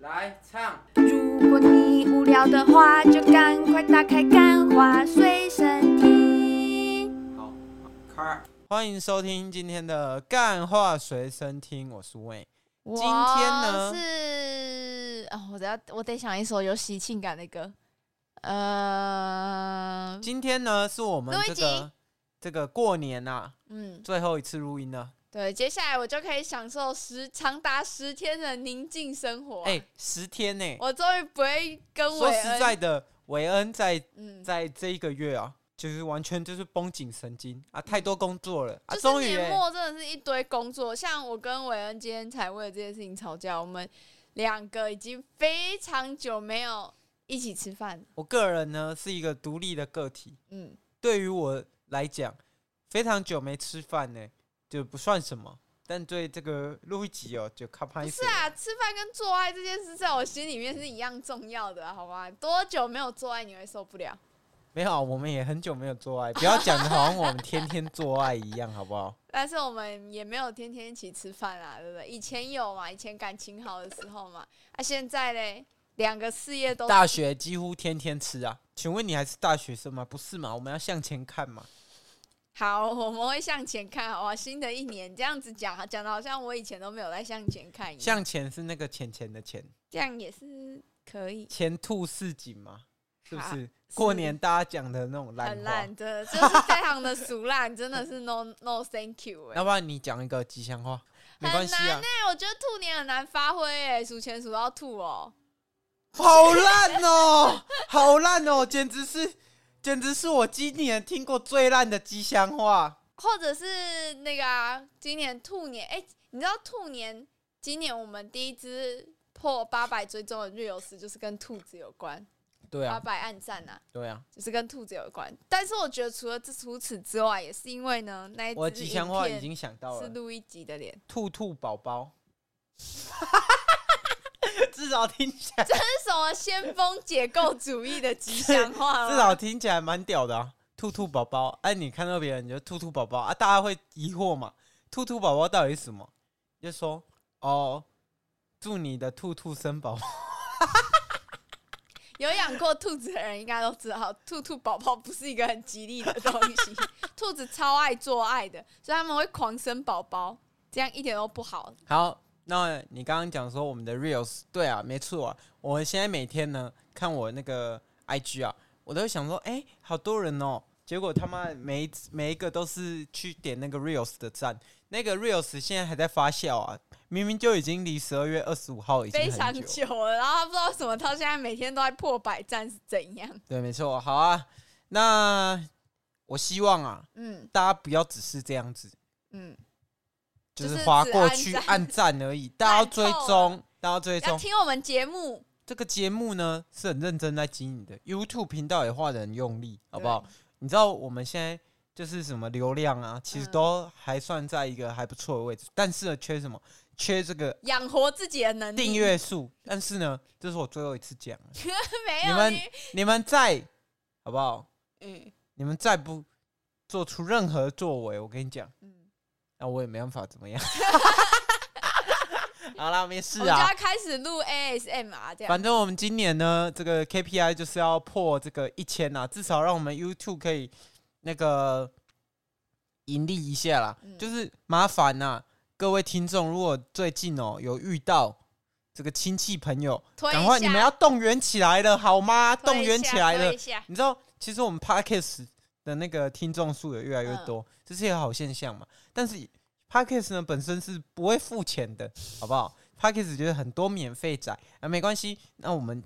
来唱。如果你无聊的话，就赶快打开《干花随身听》。好，开。欢迎收听今天的干话随身听，我是 Wayne。我今天呢是哦，我得要我得想一首有喜庆感的歌，呃，今天呢是我们录一这集个这个过年啊嗯，最后一次录音了。对，接下来我就可以享受十长达十天的宁静生活。哎、十天呢、我终于不会跟说韦实恩，在的，韦恩在嗯，在这一个月啊，就是完全就是绷紧神经啊，太多工作了啊，就是终于、年欸、末真的是一堆工作，像我跟韦恩今天才为了这件事情吵架，我们两个已经非常久没有一起吃饭了，我个人呢是一个独立的个体，嗯，对于我来讲，非常久没吃饭呢、就不算什么。但对这个录一集哦，就卡拍不是啊，吃饭跟做爱这件事在我心里面是一样重要的啊、好吗？多久没有做爱你会受不了？没有啊，我们也很久没有做爱，不要讲的好像我们天天做爱一样，好不 好？但是我们也没有天天一起吃饭啊，对不对？以前有嘛，以前感情好的时候嘛，啊，现在嘞，两个事业都大学几乎天天吃啊，请问你还是大学生吗？不是嘛，我们要向前看嘛。好，我们会向前看，好吧？新的一年这样子讲，讲的好像我以前都没有在向前看一样，向前是那个钱钱的钱，这样也是可以，前兔似锦嘛，是不好是？过年大家讲的那种烂很话烂，，真的就是非常的俗烂，真的是 no no thank you 哎、要不然你讲一个吉祥话，没关很系难啊呢、，我觉得兔年很难发挥哎、数钱数到吐哦、好烂哦，好烂哦，简直是，简直是我今年听过最烂的吉祥话。或者是那个啊，今年兔年哎、你知道兔年今年我们第一支破八百追踪的日游时就是跟兔子有关，对八啊，百暗赞啊，对啊，就是跟兔子有关。但是我觉得除了这除此之外，也是因为呢，那一我的支吉影祥话已片经想到是了。录一集的脸，兔兔宝宝， 至少听起来，这是什么先锋解构主义的吉祥话 至吗？少听起来蛮屌的啊！兔兔宝宝，哎、你看到别人你就兔兔宝宝啊，大家会疑惑嘛？兔兔宝宝到底是什么？就说哦，祝你的兔兔生宝宝。有养过兔子的人应该都知道，兔兔宝宝不是一个很吉利的东西。兔子超爱做爱的，所以他们会狂生宝宝，这样一点都不好。好，那你刚刚讲说我们的 reels，对啊，没错啊，我现在每天呢看我那个 IG 啊，我都会想说，哎、好多人哦，结果他妈每一每一个都是去点那个 reels 的赞，那个 reels 现在还在发酵啊，明明就已经离十二月二十五号已经非很常久，久了，然后他不知道为什么，到现在每天都在破百赞是怎样？对，没错，好啊，那我希望啊，嗯大家不要只是这样子，嗯，就就是是划只过按去赞按赞而已，大家要烂透追了踪，大家要追要踪。听我们节目，这个节目呢是很认真在经营的，YouTube 频道也画的很用力，好不好？你知道我们现在就是什么流量啊，其实嗯都还算在一个还不错的位置，但是呢缺什么？缺这个对？养活自己的能力。订阅数。但是呢，这是我最后一次讲了， 没你有们你，你们再好不好？嗯你们再不做出任何作为，我跟你讲，嗯，那我也没办法怎么样。 好啦，没我事们就啊要。开始录 ASMR 这样。反正我们今年呢，这个 KPI 就是要破这个一千啊，至少让我们 YouTube 可以那个盈利一下啦。嗯就是麻烦呐、各位听众，如果最近哦有遇到这个亲戚朋友，推一赶快下你们要动员起来了，好吗？推一动员下起来推了一。下你知道，其实我们 Podcast 的那个听众数也越来越多，嗯这是一个好现象嘛。但是 Podcast 呢本身是不会付钱的，好不好？Podcast 就是很多免费仔啊，没关系。那我们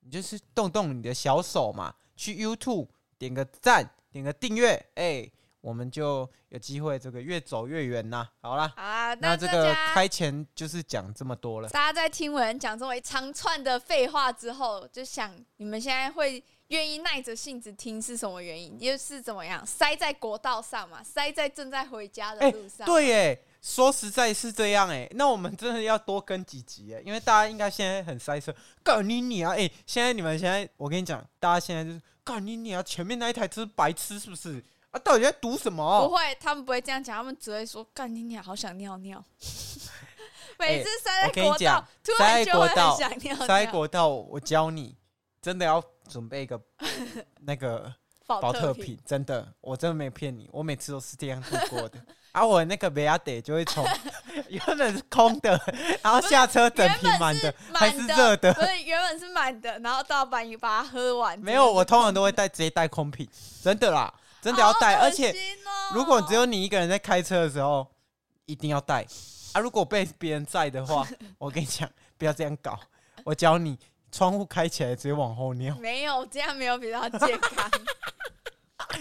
你就是动动你的小手嘛，去 YouTube 点个赞，点个订阅，哎、我们就有机会这个越走越远呐。好啦，好啊，那这大个家开前就是讲这么多了。大家在听我人讲这么一长串的废话之后，就想你们现在会愿意耐着性子听是什么原因？又是怎么样塞在国道上嘛，塞在正在回家的哎路上。对哎，说实在是这样哎，那我们真的要多跟几集哎，因为大家应该现在很塞车，干你你啊哎，现在你们现在我跟你讲，大家现在就是干你你啊，前面那一台车白痴是不是啊？到底在读什么？不会，他们不会这样讲，他们只会说：“干你娘，好想尿尿。”每次塞哎我在跟你国讲道，突塞然在就国会道很想啊尿尿。塞国道，我教你，真的要准备一 个那个保保特特瓶，真的，我真的没骗你，我每次都是这样度过的。啊，我那个梅亚得就会 从原本是空的，然后下车整原瓶本满的是，还满是热的不。是原本是满的，然后到半夜把它喝完。没有，我通常都会带直接带空瓶，真的啦，真的要带。好而恶心且哦如果只有你一个人在开车的时候，一定要带啊。如果被别人载的 话，我跟你讲，不要这样搞。我教你，窗户开起来直接往后尿。没有这样没有比较健康。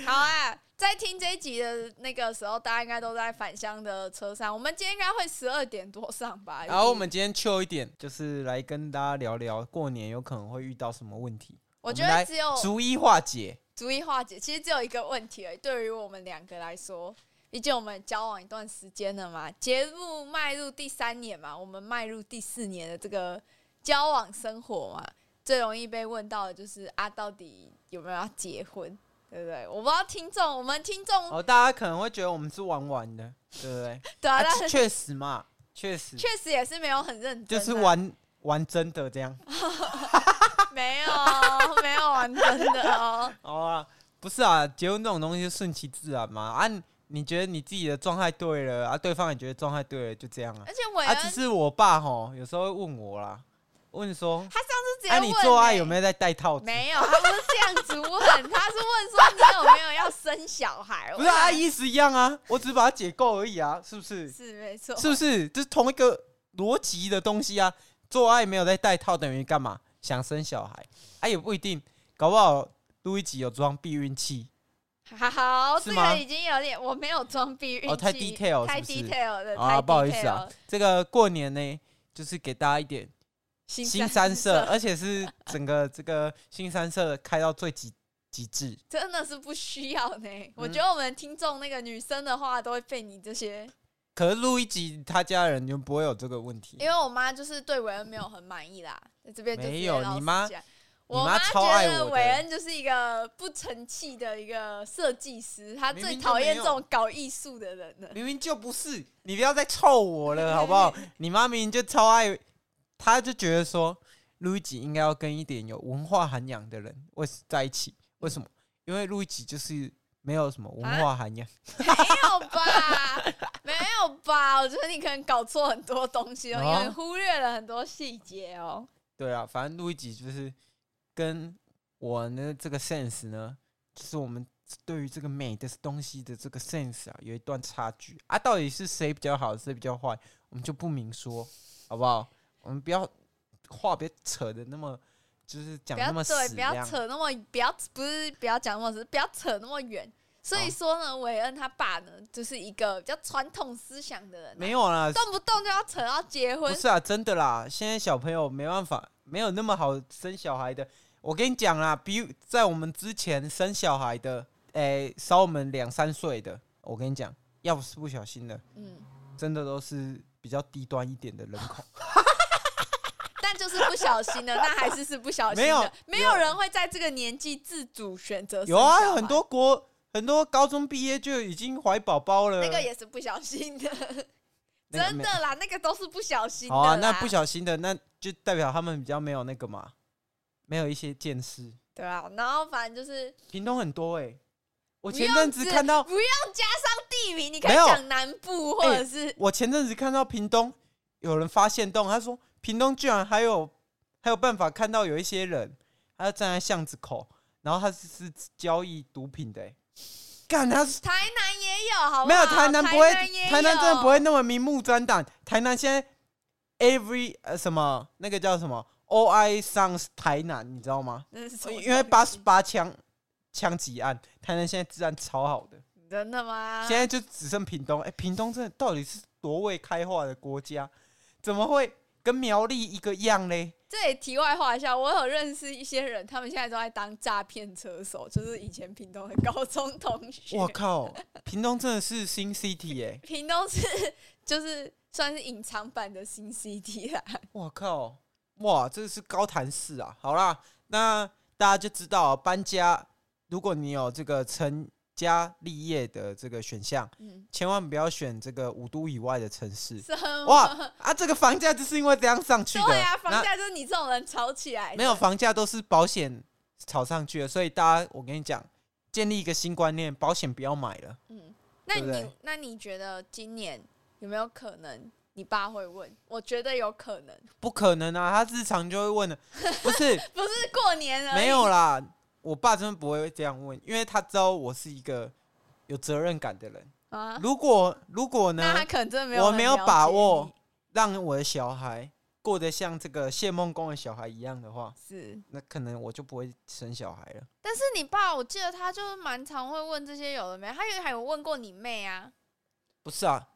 好啊，在听这一集的那个时候，大家应该都在返乡的车上。我们今天应该会十二点多上吧？然后我们今天 chill 一点，就是来跟大家聊聊过年有可能会遇到什么问题，我们觉得来只有逐一化解。逐一化解，其实只有一个问题而已。对于我们两个来说，毕竟我们交往一段时间了嘛，节目迈入第三年嘛，我们迈入第四年的这个交往生活嘛，最容易被问到的就是啊，到底有没有要结婚，对不对？我不知道听众，我们听众、哦，大家可能会觉得我们是玩玩的，对不对？对啊，啊但是确实嘛，确实确实也是没有很认真就啊，是玩玩真的这样。 没有没有玩真的哦。哦、啊，不是啊，结婚这种东西就顺其自然嘛。啊，你你觉得你自己的状态对了，啊，对方也觉得状态对了，就这样啊而。且伟啊，恩、只是我爸吼，有时候会问我啦，问说，他上次直接啊，问、欸你做爱有有？没有在戴套子？没有，他不是这样子问，他是问说你有没有要生小孩？ 不是啊，意思一样啊，我只是把它解构而已啊，是不是？是没错，是不是？这是同一个逻辑的东西啊。做爱没有在戴套，等于干嘛？想生小孩啊，也不一定，搞不好录一集有装避孕器，好，是这吗个已经有点我没有装逼运气，哦太 detail 是太不是 detail 了，啊，太不好意思啊 detail，，这个过年呢，就是给大家一点新新三三色，，而且是整个这个新三色开到最极极致。真的是不需要呢。我嗯觉得我们听众那个女生的话都会被你这些，可是录一集，他家人就不会有这个问题。因为我妈就是对韦恩没有很满意啦，在这边就直接没有老实你妈讲。你我妈超觉爱得我的韦恩就是一个不成器的一个设计师，她明最明就讨厌没有这种搞艺术的人了。明明就不是，你不要再臭我了，好不好？你妈明明就超爱，她就觉得说录一集应该要跟一点有文化涵养的人为在一起。为什么？因为录一集就是没有什么文化涵养。没有吧？没有吧？我觉得你可能搞错很多东西哦，哦因为你忽略了很多细节哦。对啊，反正录一集就是跟我呢这个 sense 呢，就是我们对于这个美的东西的这个 sense 啊，有一段差距啊。到底是谁比较好，谁比较坏，我们就不明说，好不好？我们不要话别扯的那么，就是讲不那要么死对，不这要样扯那么，不要不是不要讲那么直，不要扯那么远。所啊以说呢，韦恩他爸呢，就是一个比较传统思想的人啊、没有啦，动不动就要扯到结不婚。是啊，真的啦。现在小朋友没办法，没有那么好生小孩的。我跟你讲啦，比在我们之前生小孩的，诶、少我们两三岁的，我跟你讲，要不是不小心的，嗯，真的都是比较低端一点的人口。哦但就是不小 心的，那还是是不小心的。没有没有人会在这个年纪自主选择生有小孩啊，很多国很多高中毕业就已经怀宝宝了。那个也是不小 心的，那呃个真的啦，那个都是不小心没的好啦。啊，那不小心的，那就代表他们比较没有那个嘛，没有一些见识。对啊，然后反正就是屏东很多哎、我不前用阵子只看到，不用加上地名，你可以没有哎讲南部或者是、我前阵子看到屏东有人发现洞，他说屏东居然还有还有办法看到有一些人，他就站在巷子口，然后他是是交易毒品的、欸，干他是台南也有，好不好？没有台台南不会，也有台南真的不会。那么明目张胆。台南现在 every 呃什么那个叫什么 OI Sounds 台南，你知道吗？那是什么因为八十八枪枪击案，台南现在治安超好的，真的吗？现在就只剩屏东。哎、屏东这到底是多未开化的国家，怎么会跟苗栗一个样嘞？这里题外话一下，我有认识一些人，他们现在都在当诈骗车手，就是以前屏东的高中同学。我靠，屏东真的是新 city 哎、屏东是就是算是隐藏版的新 CT 啦。我靠，哇，这是高谈市啊！好啦，那大家就知道搬家，如果你有这个成家立业的这个选项，嗯，千万不要选这个五都以外的城市。什么？ 哇啊，这个房价就是因为这样上去的。对啊，那房价就是你这种人炒起来的，没有房价都是保险炒上去的，所以大家我跟你讲，建立一个新观念，保险不要买了。嗯，那对你不对那你觉得今年有没有可能你爸会问？我觉得有可能，不可能啊！他日常就会问 的，不是不是过年而已没有啦。我爸真的不会这样问，因为他知道我是一个有责任感的人。啊。如果如果那他呢，可能真的没有，我没有把握，让我的小孩过得像这个谢梦工的小孩一样的话，是。那可能我就不会生小孩了。但是你爸，我记得他就是蛮常会问这些有的没，他有还有问过你妹啊，不是啊，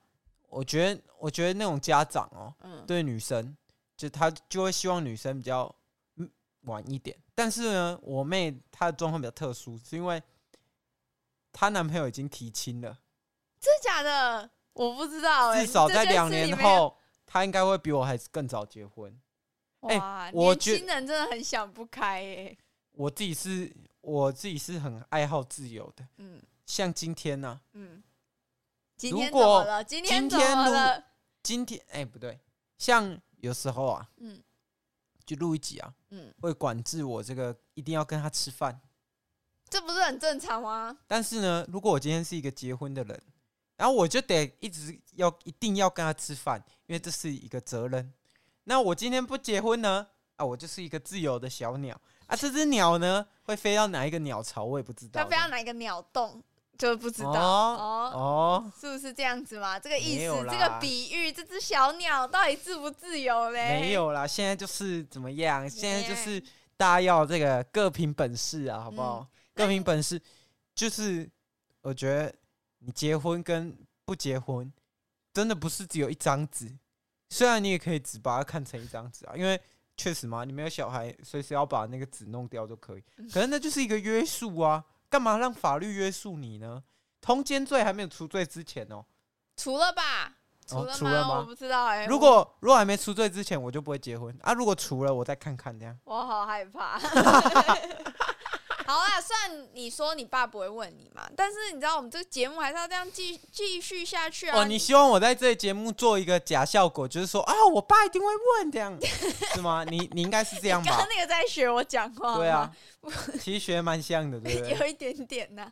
我觉得我觉得那种家长哦、嗯，对女生，就他就会希望女生比较嗯晚一点。但是呢，我妹她的状况比较特殊，是因为她男朋友已经提亲了，真的假的？我不知道、欸，至少在这件事两里年面，后，她应该会比我还更早结婚。哎哇，我年觉轻人真的很想不开耶、我自己是我自己是很爱好自由的，嗯像今天呢、嗯。今天怎如果么了？今天今怎天么如了？今天哎、不对，像有时候啊，嗯就录一集啊，嗯，会管制我这个一定要跟她吃饭。这不是很正常吗？但是呢，如果我今天是一个结婚的人，然后我就得一直要一定要跟他吃饭，因为这是一个责任。那我今天不结婚呢？啊，我就是一个自由的小鸟啊！这只鸟呢，会飞到哪一个鸟巢，我也不知道他的。非要哪一个鸟洞，就不知道哦哦哦，是不是这样子嘛？这个意没思有，啦这个比喻，这只小鸟到底自不自由嘞？没，有啦，现在就是怎么样？现在就怎么是大家要这个各凭本事啊，好不好？各那凭本事，就是我觉得你结婚跟不结婚，真的不是只有一张纸。虽然你也可以只把它看成一张纸啊，因为确实嘛，你没有小孩，随时要把那个纸弄掉就可以。嗯可是那就是一个约束啊，干嘛让法律约束你呢？通奸罪还没有除罪之前哦，除了吧？除哦了吗？除了吗我不知道哎、如果如果还没除罪之前，我就不会结婚啊。如果除了，我再看看这样。我我好害怕。 好啦，虽然你说你爸不会问你嘛，但是你知道我们这个节目还是要这样继继续下去啊。哦，你希望我在这节目做一个假效果，就是说啊，我爸一定会问这样， 是吗？你你应该是这样 刚吧刚？那个在学我讲话吗，对啊， 其实学蛮像的，对不对？ 有一点点呐、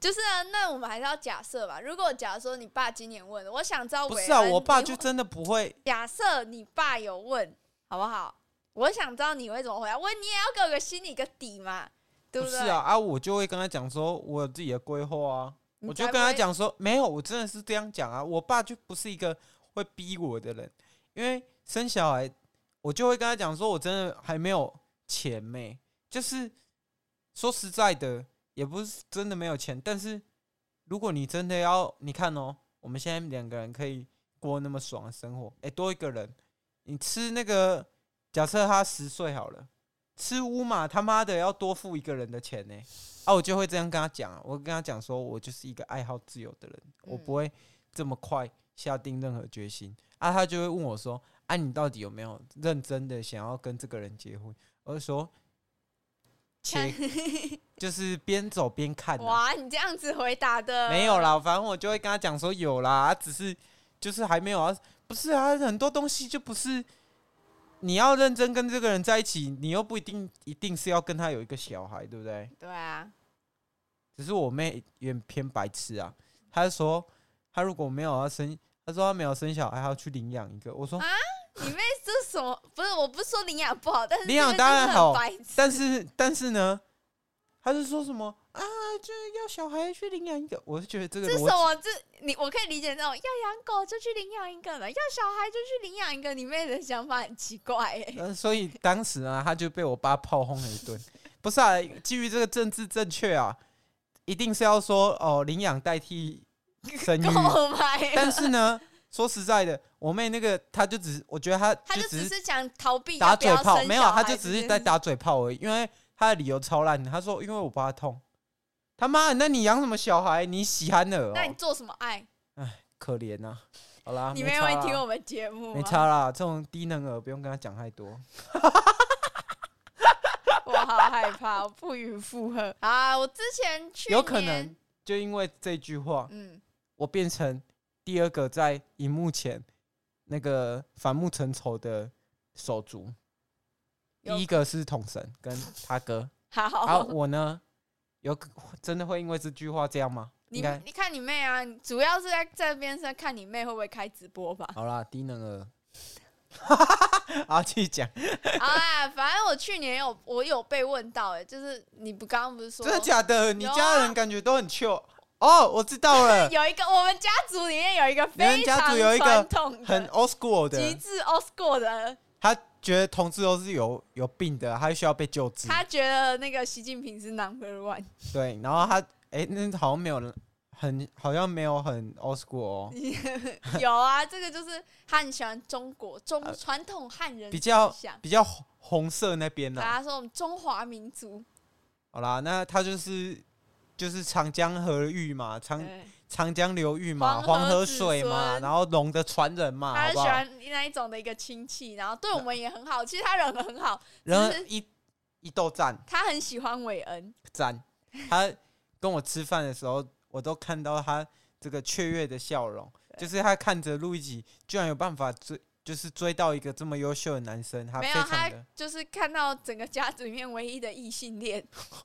就是啊，那我们还是要假设吧。如果假如说你爸今年问，我想知道不韦是啊，恩我爸你就会真的不会。假设你爸有问，好不好？我想知道你会怎么回答。我你也要给我个心里个底嘛，对不对？是啊，啊，我就会跟他讲说，我有自己的规划啊。你我就才跟他不会， 讲说，没有，我真的是这样讲啊。我爸就不是一个会逼我的人，因为生小孩，我就会跟他讲说，我真的还没有钱没、就是说实在的，也不是真的没有钱，但是如果你真的要，你看哦，我们现在两个人可以过那么爽的生活，诶，多一个人，你吃那个，假设他十岁好了，吃乌马他妈的要多付一个人的钱呢、啊，我就会这样跟他讲啊，我会跟他讲说，我就是一个爱好自由的人，我不会这么快下定任何决心啊。他就会问我说，啊，你到底有没有认真的想要跟这个人结婚？我就说，且就是边走边看、啊， 哇，你这样子回答的没有，啦，反正我就会跟他讲说有啦，啊只是就是还没有啊，不是啊，很多东西就不是你要认真跟这个人在一起，你又不一定一定是要跟他有一个小孩，对不对？对啊，只是我妹有点偏白痴啊，她说她如果没有要生，她说她没有生小孩，她要去领养一个。我说，啊你妹这是什么？不是，我不是说领养不好，但是领养这个当然真的很好白痴但是但是呢，她是说什么啊，就是要小孩去领养一个，我就觉得这个这是逻什辑么？这你我可以理解那种要养狗就去领养一个了，要小孩就去领养一个。你妹的想法很奇怪、欸，呃，所以当时呢，他就被我爸炮轰了一顿。不是啊，基于这个政治正确啊，一定是要说哦，领养代替生 育。购买了。但是呢，说实在的，我妹那个，她就只是，我觉得她他就只只是想逃避打要不嘴要炮，生没有，啊小她孩就这只是件在事打嘴炮而已。因为她的理由超烂的，她说因为我爸痛。他妈，那你养什么小孩？你喜憨儿哦那，你做什么爱？可怜呐、好啦，你没妹差会啦听我们节目啊吗？没 差啦，这种低能儿不用跟他讲太多。我好害怕，我不予附和啊！我之前去有可年能就因为这句话，嗯，我变成第二个在荧幕前那个反目成仇的手足。有哦第一个是统神跟他哥，好，然后我呢，有可真的会因为这句话这样吗？你应该。你看你妹啊，你主要是在这边是在看你妹会不会开直播 吧好啦，低能儿。 好，继续讲，好啦，啊反正我去年有我有被问到、欸，哎，就是你不刚刚不是说真的假的？你有啊，家人感觉都很 chill 哦，我知道了 有一个我们家族里面有一个你们非家常族有一个传统的很 old school 极的，致 Oscar 的，他觉得同志都是有有病的，他需要被救治。他觉得那个习近平是 Number One，对，然后他哎、那好像没有人很，好像没有很 old school 哦，有啊，这个就是他很喜欢中国中传统汉人啊比较思想。比较红红色那边呢、大家说我们中华民族，好啦，那他就是就是长江河域嘛，长对长江流域嘛，黄河黄河子水嘛，孙然后龙的传人嘛，他好很不喜好？欢那一种的一个亲戚，然后对我们也很好。其实他人很好，然后是一一斗赞他很喜欢韦恩，赞，他跟我吃饭的时候，我都看到他这个雀跃的笑容，就是他看着路易吉居然有办法追，就是追到一个这么优秀的男生，他没非有他常的就是看到整个家族里面唯一的异性恋，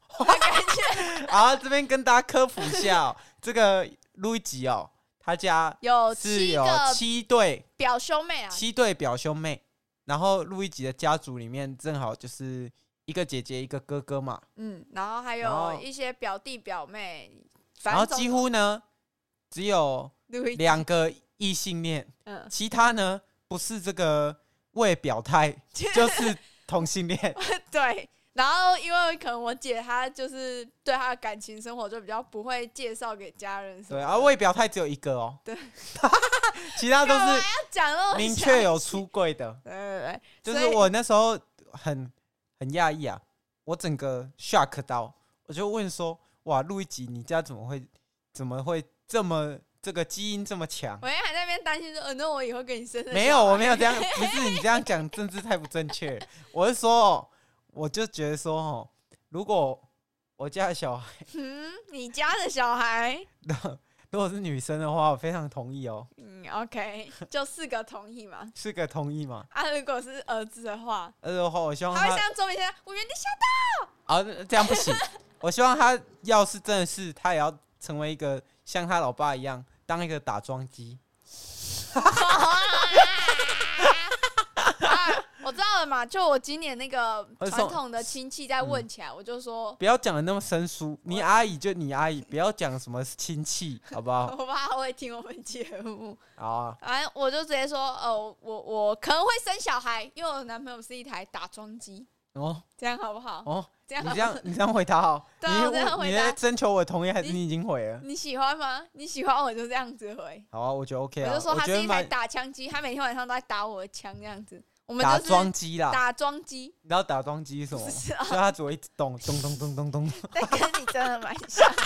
他感觉好，这边跟大家科普一下、哦， 这个路易吉哦，他家有是哦七有个七对表兄妹啊，七对表兄妹，然后路易吉的家族里面正好就是一个姐姐一个哥哥嘛，嗯，然后还然后有一些表弟表妹，然反后正几 乎呢只有总共两个异性恋， 嗯，其他呢不是这个未表 态就是同性恋，对。然后，因为可能我姐她就是对她的感情生活就比较不会介绍给家人什么对，啊的，而未表态只有一个哦，对， 其他都干嘛是要讲那么明详确有出柜的。对对对，就所是以我那时候很很讶异啊，我整个 shock 到，我就问说：“哇，录一集你家怎么会怎么会这么这个基因这么强我也还在那边担心说，呃，那我以后跟你生？”的没小有，孩我没有这样，不是你这样讲政治太不正确 了。我是说哦，我就觉得说哦，如果我家的小孩嗯，你家的小孩，如果是女生的话，我非常同意哦，嗯，OK，就四个同意嘛。是个同意嘛。啊，如果是儿子的话，呃，然后我希望他会他像周明先生，我原地下啊，这样不行。我希望他要是真的是，他也要成为一个像他老爸一样，当一个打桩机。啊， 我知道了嘛。就我今年那个会传送嗯统的亲戚在问起来，我就说，不要讲的那么生疏，你阿姨就你阿姨，不要讲什么亲戚，好不好？我爸他会听我们节目，好啊，反正我就直接说，哦，我我可能会生小孩，因为我男朋友是一台打桩机，哦这样好不好？哦，这样你好这不好样你这样回答哦，对啊你我这样回你答在征求我同意还是你已经回了？ 你喜欢吗？你喜欢我就这样子回。好啊，我觉得 OK 啊，我就说他觉是得一台蛮打枪机，他每天晚上都在打我的枪这样子。我们打就是桩机啊哦啦，打桩机，你知道打桩机是什么吗？不是所啊以 它只会一直动，咚咚咚咚咚。但跟你真的蛮像。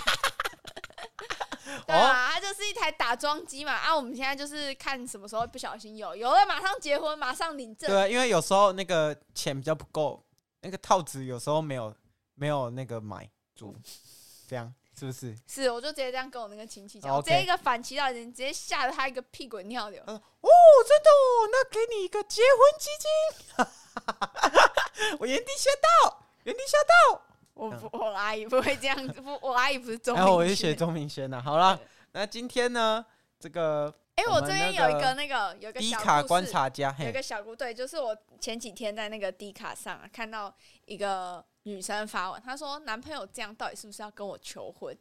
哦对啊，它就是一台打桩机嘛。啊，我们现在就是看什么时候不小心有，有了马上结婚，马上领证。对，啊因为有时候那个钱比较不够，那个套子有时候没有没有那个买足，这样是不是？是，我就直接这样跟我那个亲戚讲，哦我直接 OK 一个反其道人，直接吓得他一个屁滚尿流。哦，真的哦，那给你一个结婚基金， 我原地下道，原地下道。我不，我阿姨不会这样子，不，我阿姨不是中。然后嗯哎我就写。钟明轩了。好了，那今天呢，这个哎，我我们这边那有一个个那个有一个低小卡故观事察家，有一嘿，个小姑对，就是我前几天在那个 D 卡上、啊、看到一个女生发文，她说男朋友这样到底是不是要跟我求婚？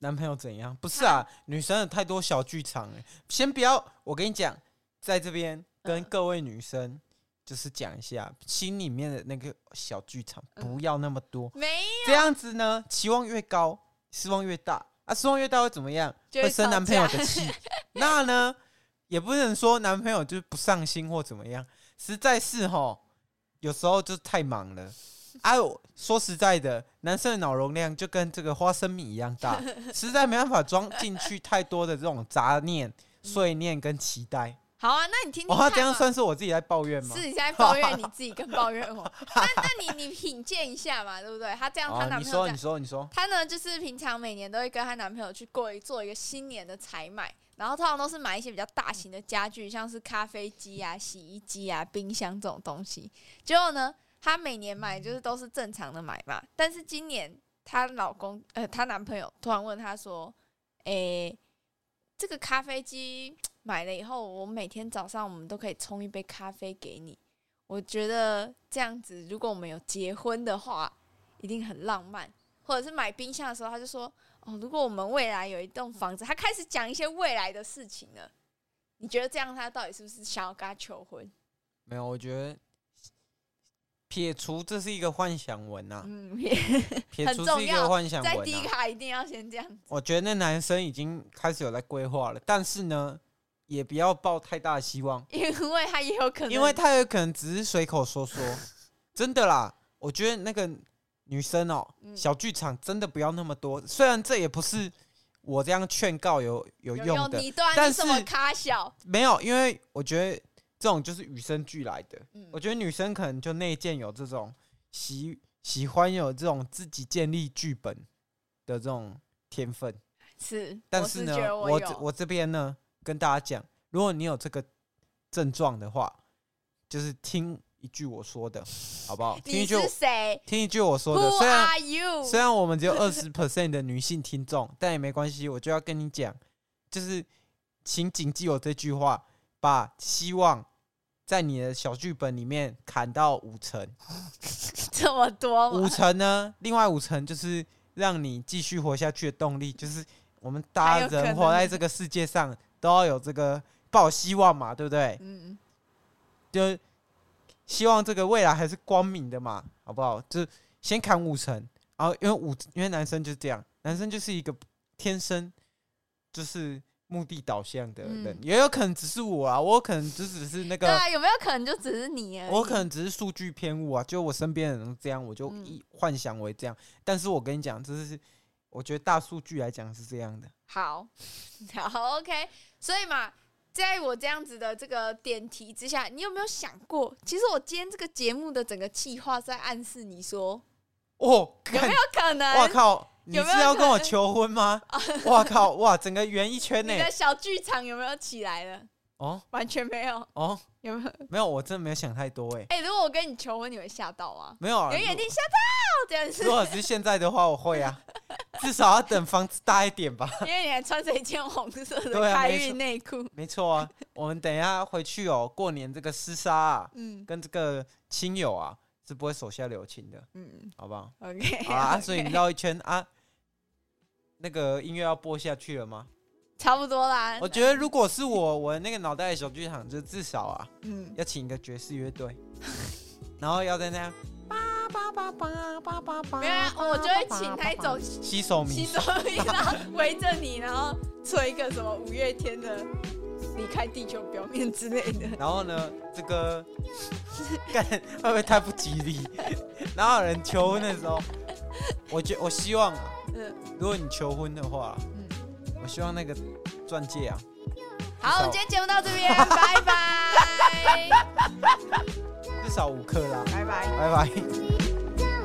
男朋友怎样？不是啊，女生有太多小剧场了。先不要，我跟你讲，在这边跟嗯各位女生就是讲一下，心里面的那个小剧场嗯不要那么多，没这样子呢，期望越高，失望越大啊，失望越大会怎么样？就会会生吵男朋友的 气。那呢，也不能说男朋友就是不上心或怎么样，实在是吼，有时候就太忙了。哎、我说实在的，男生的脑容量就跟这个花生米一样 大，嗯实在没办法装进去太多的这种杂念、碎念跟期待。好啊，那你听听看嘛、哦，这样算是我自己在抱怨吗？是你现在 抱怨你自己跟抱怨我，那那你你品鉴一下嘛，对不对？她这样，她哦，男你朋友这说，样你，说，你说，她呢，就是平常每年都会跟她男朋友去过一做一个新年的采买，然后通常都是买一些比较大型的家具，像是咖啡机啊、洗衣机啊、冰箱这种东西。结果呢，她每年买就是都是正常的买嘛，但是今年她老公呃她男朋友突然问她说：“诶、这个咖啡机买了以后，我每天早上我们都可以冲一杯咖啡给你。我觉得这样子，如果我们有结婚的话，一定很浪漫。或者是买冰箱的时候，他就说：“哦，如果我们未来有一栋房子，他开始讲一些未来的事情了。你觉得这样他到底是不是想要跟他求婚？没有，我觉得撇除这是一个幻想文啊，嗯， 撇很除重是一要个幻想文、啊，在第一卡一定要先这样。我觉得那男生已经开始有在规划了，但是呢，也不要抱太大的希望，因为他也有可能，因为他有可能只是随口说说，真的啦。我觉得那个女生哦，嗯小剧场真的不要那么多。虽然这也不是我这样劝告有有有用的，你端但你什么是咖小？没有，因为我觉得这种就是与生俱来的。嗯我觉得女生可能就内建有这种喜喜欢有这种自己建立剧本的这种天分。是，但我是觉呢，得我这有我这边呢跟大家讲，如果你有这个症状的话，就是听一句我说的，好不 好？听你一句是谁听一句我说的， ？Who 虽然 are you？虽然我们只有 二十 percent 的女性听众，但也没关系，我就要跟你讲，就是请谨记我这句话，把希望在你的小剧本里面砍到五成，这么多五吗？成呢，另外五成就是让你继续活下去的动力，就是我们还大家有可人能活在这个世界上都要有这个抱希望嘛，对不对？嗯，就希望这个未来还是光明的嘛，好不好？就是先砍五成，然后因为五，因为男生就是这样，男生就是一个天生就是目的导向的人，嗯也有可能只是我啊，我可能就只是那对个。啊，有没有可能就只是你而已？我可能只是数据偏误啊，就我身边的人都这样，我就嗯一幻想为这样。但是我跟你讲，这是我觉得大数据来讲是这样的。好，好，OK。所以嘛，在我这样子的这个点题之下，你有没有想过，其实我今天这个节目的整个计划是在暗示你说，哦，有没看有可能？哇靠！你有没有是要可跟我能求婚 吗？哇靠！哇，整个圆一圈呢你！的小剧场有没有起来了？哦完全没有，哦，有没有？没有，我真的没有想太多哎，哎、如果我跟你求婚，你会吓到啊？没有啊。有眼如睛吓到这样子如，果是现在的话，我会啊， 至少要等房子大一点吧。因为你还穿着一件红色的对啊开没运错内裤。没错啊，我们等一下回去哦，过年这个厮杀啊，嗯跟这个亲友啊是不会手下留情的，嗯好不好？ ，OK 好啊，所以你绕一圈啊，那个音乐要播下去了吗？差不多啦。我觉得如果是我，我那个脑袋的小剧场就至少啊，嗯，要请一个爵士乐 队，然后要在那样叭叭叭叭叭叭叭，没有啊，我就会请那一种洗手洗米手液，然后 围着你，然后吹一个什么五月天的《离开地球表面》之类的。然后呢，这 个干会不会太不吉利？哪有人求婚的时候？我觉我希望啊，嗯如果你求婚的话，嗯，我希望那个钻戒啊，好，我们今天节目到这边，拜 拜，至少五克拉。拜拜。拜拜。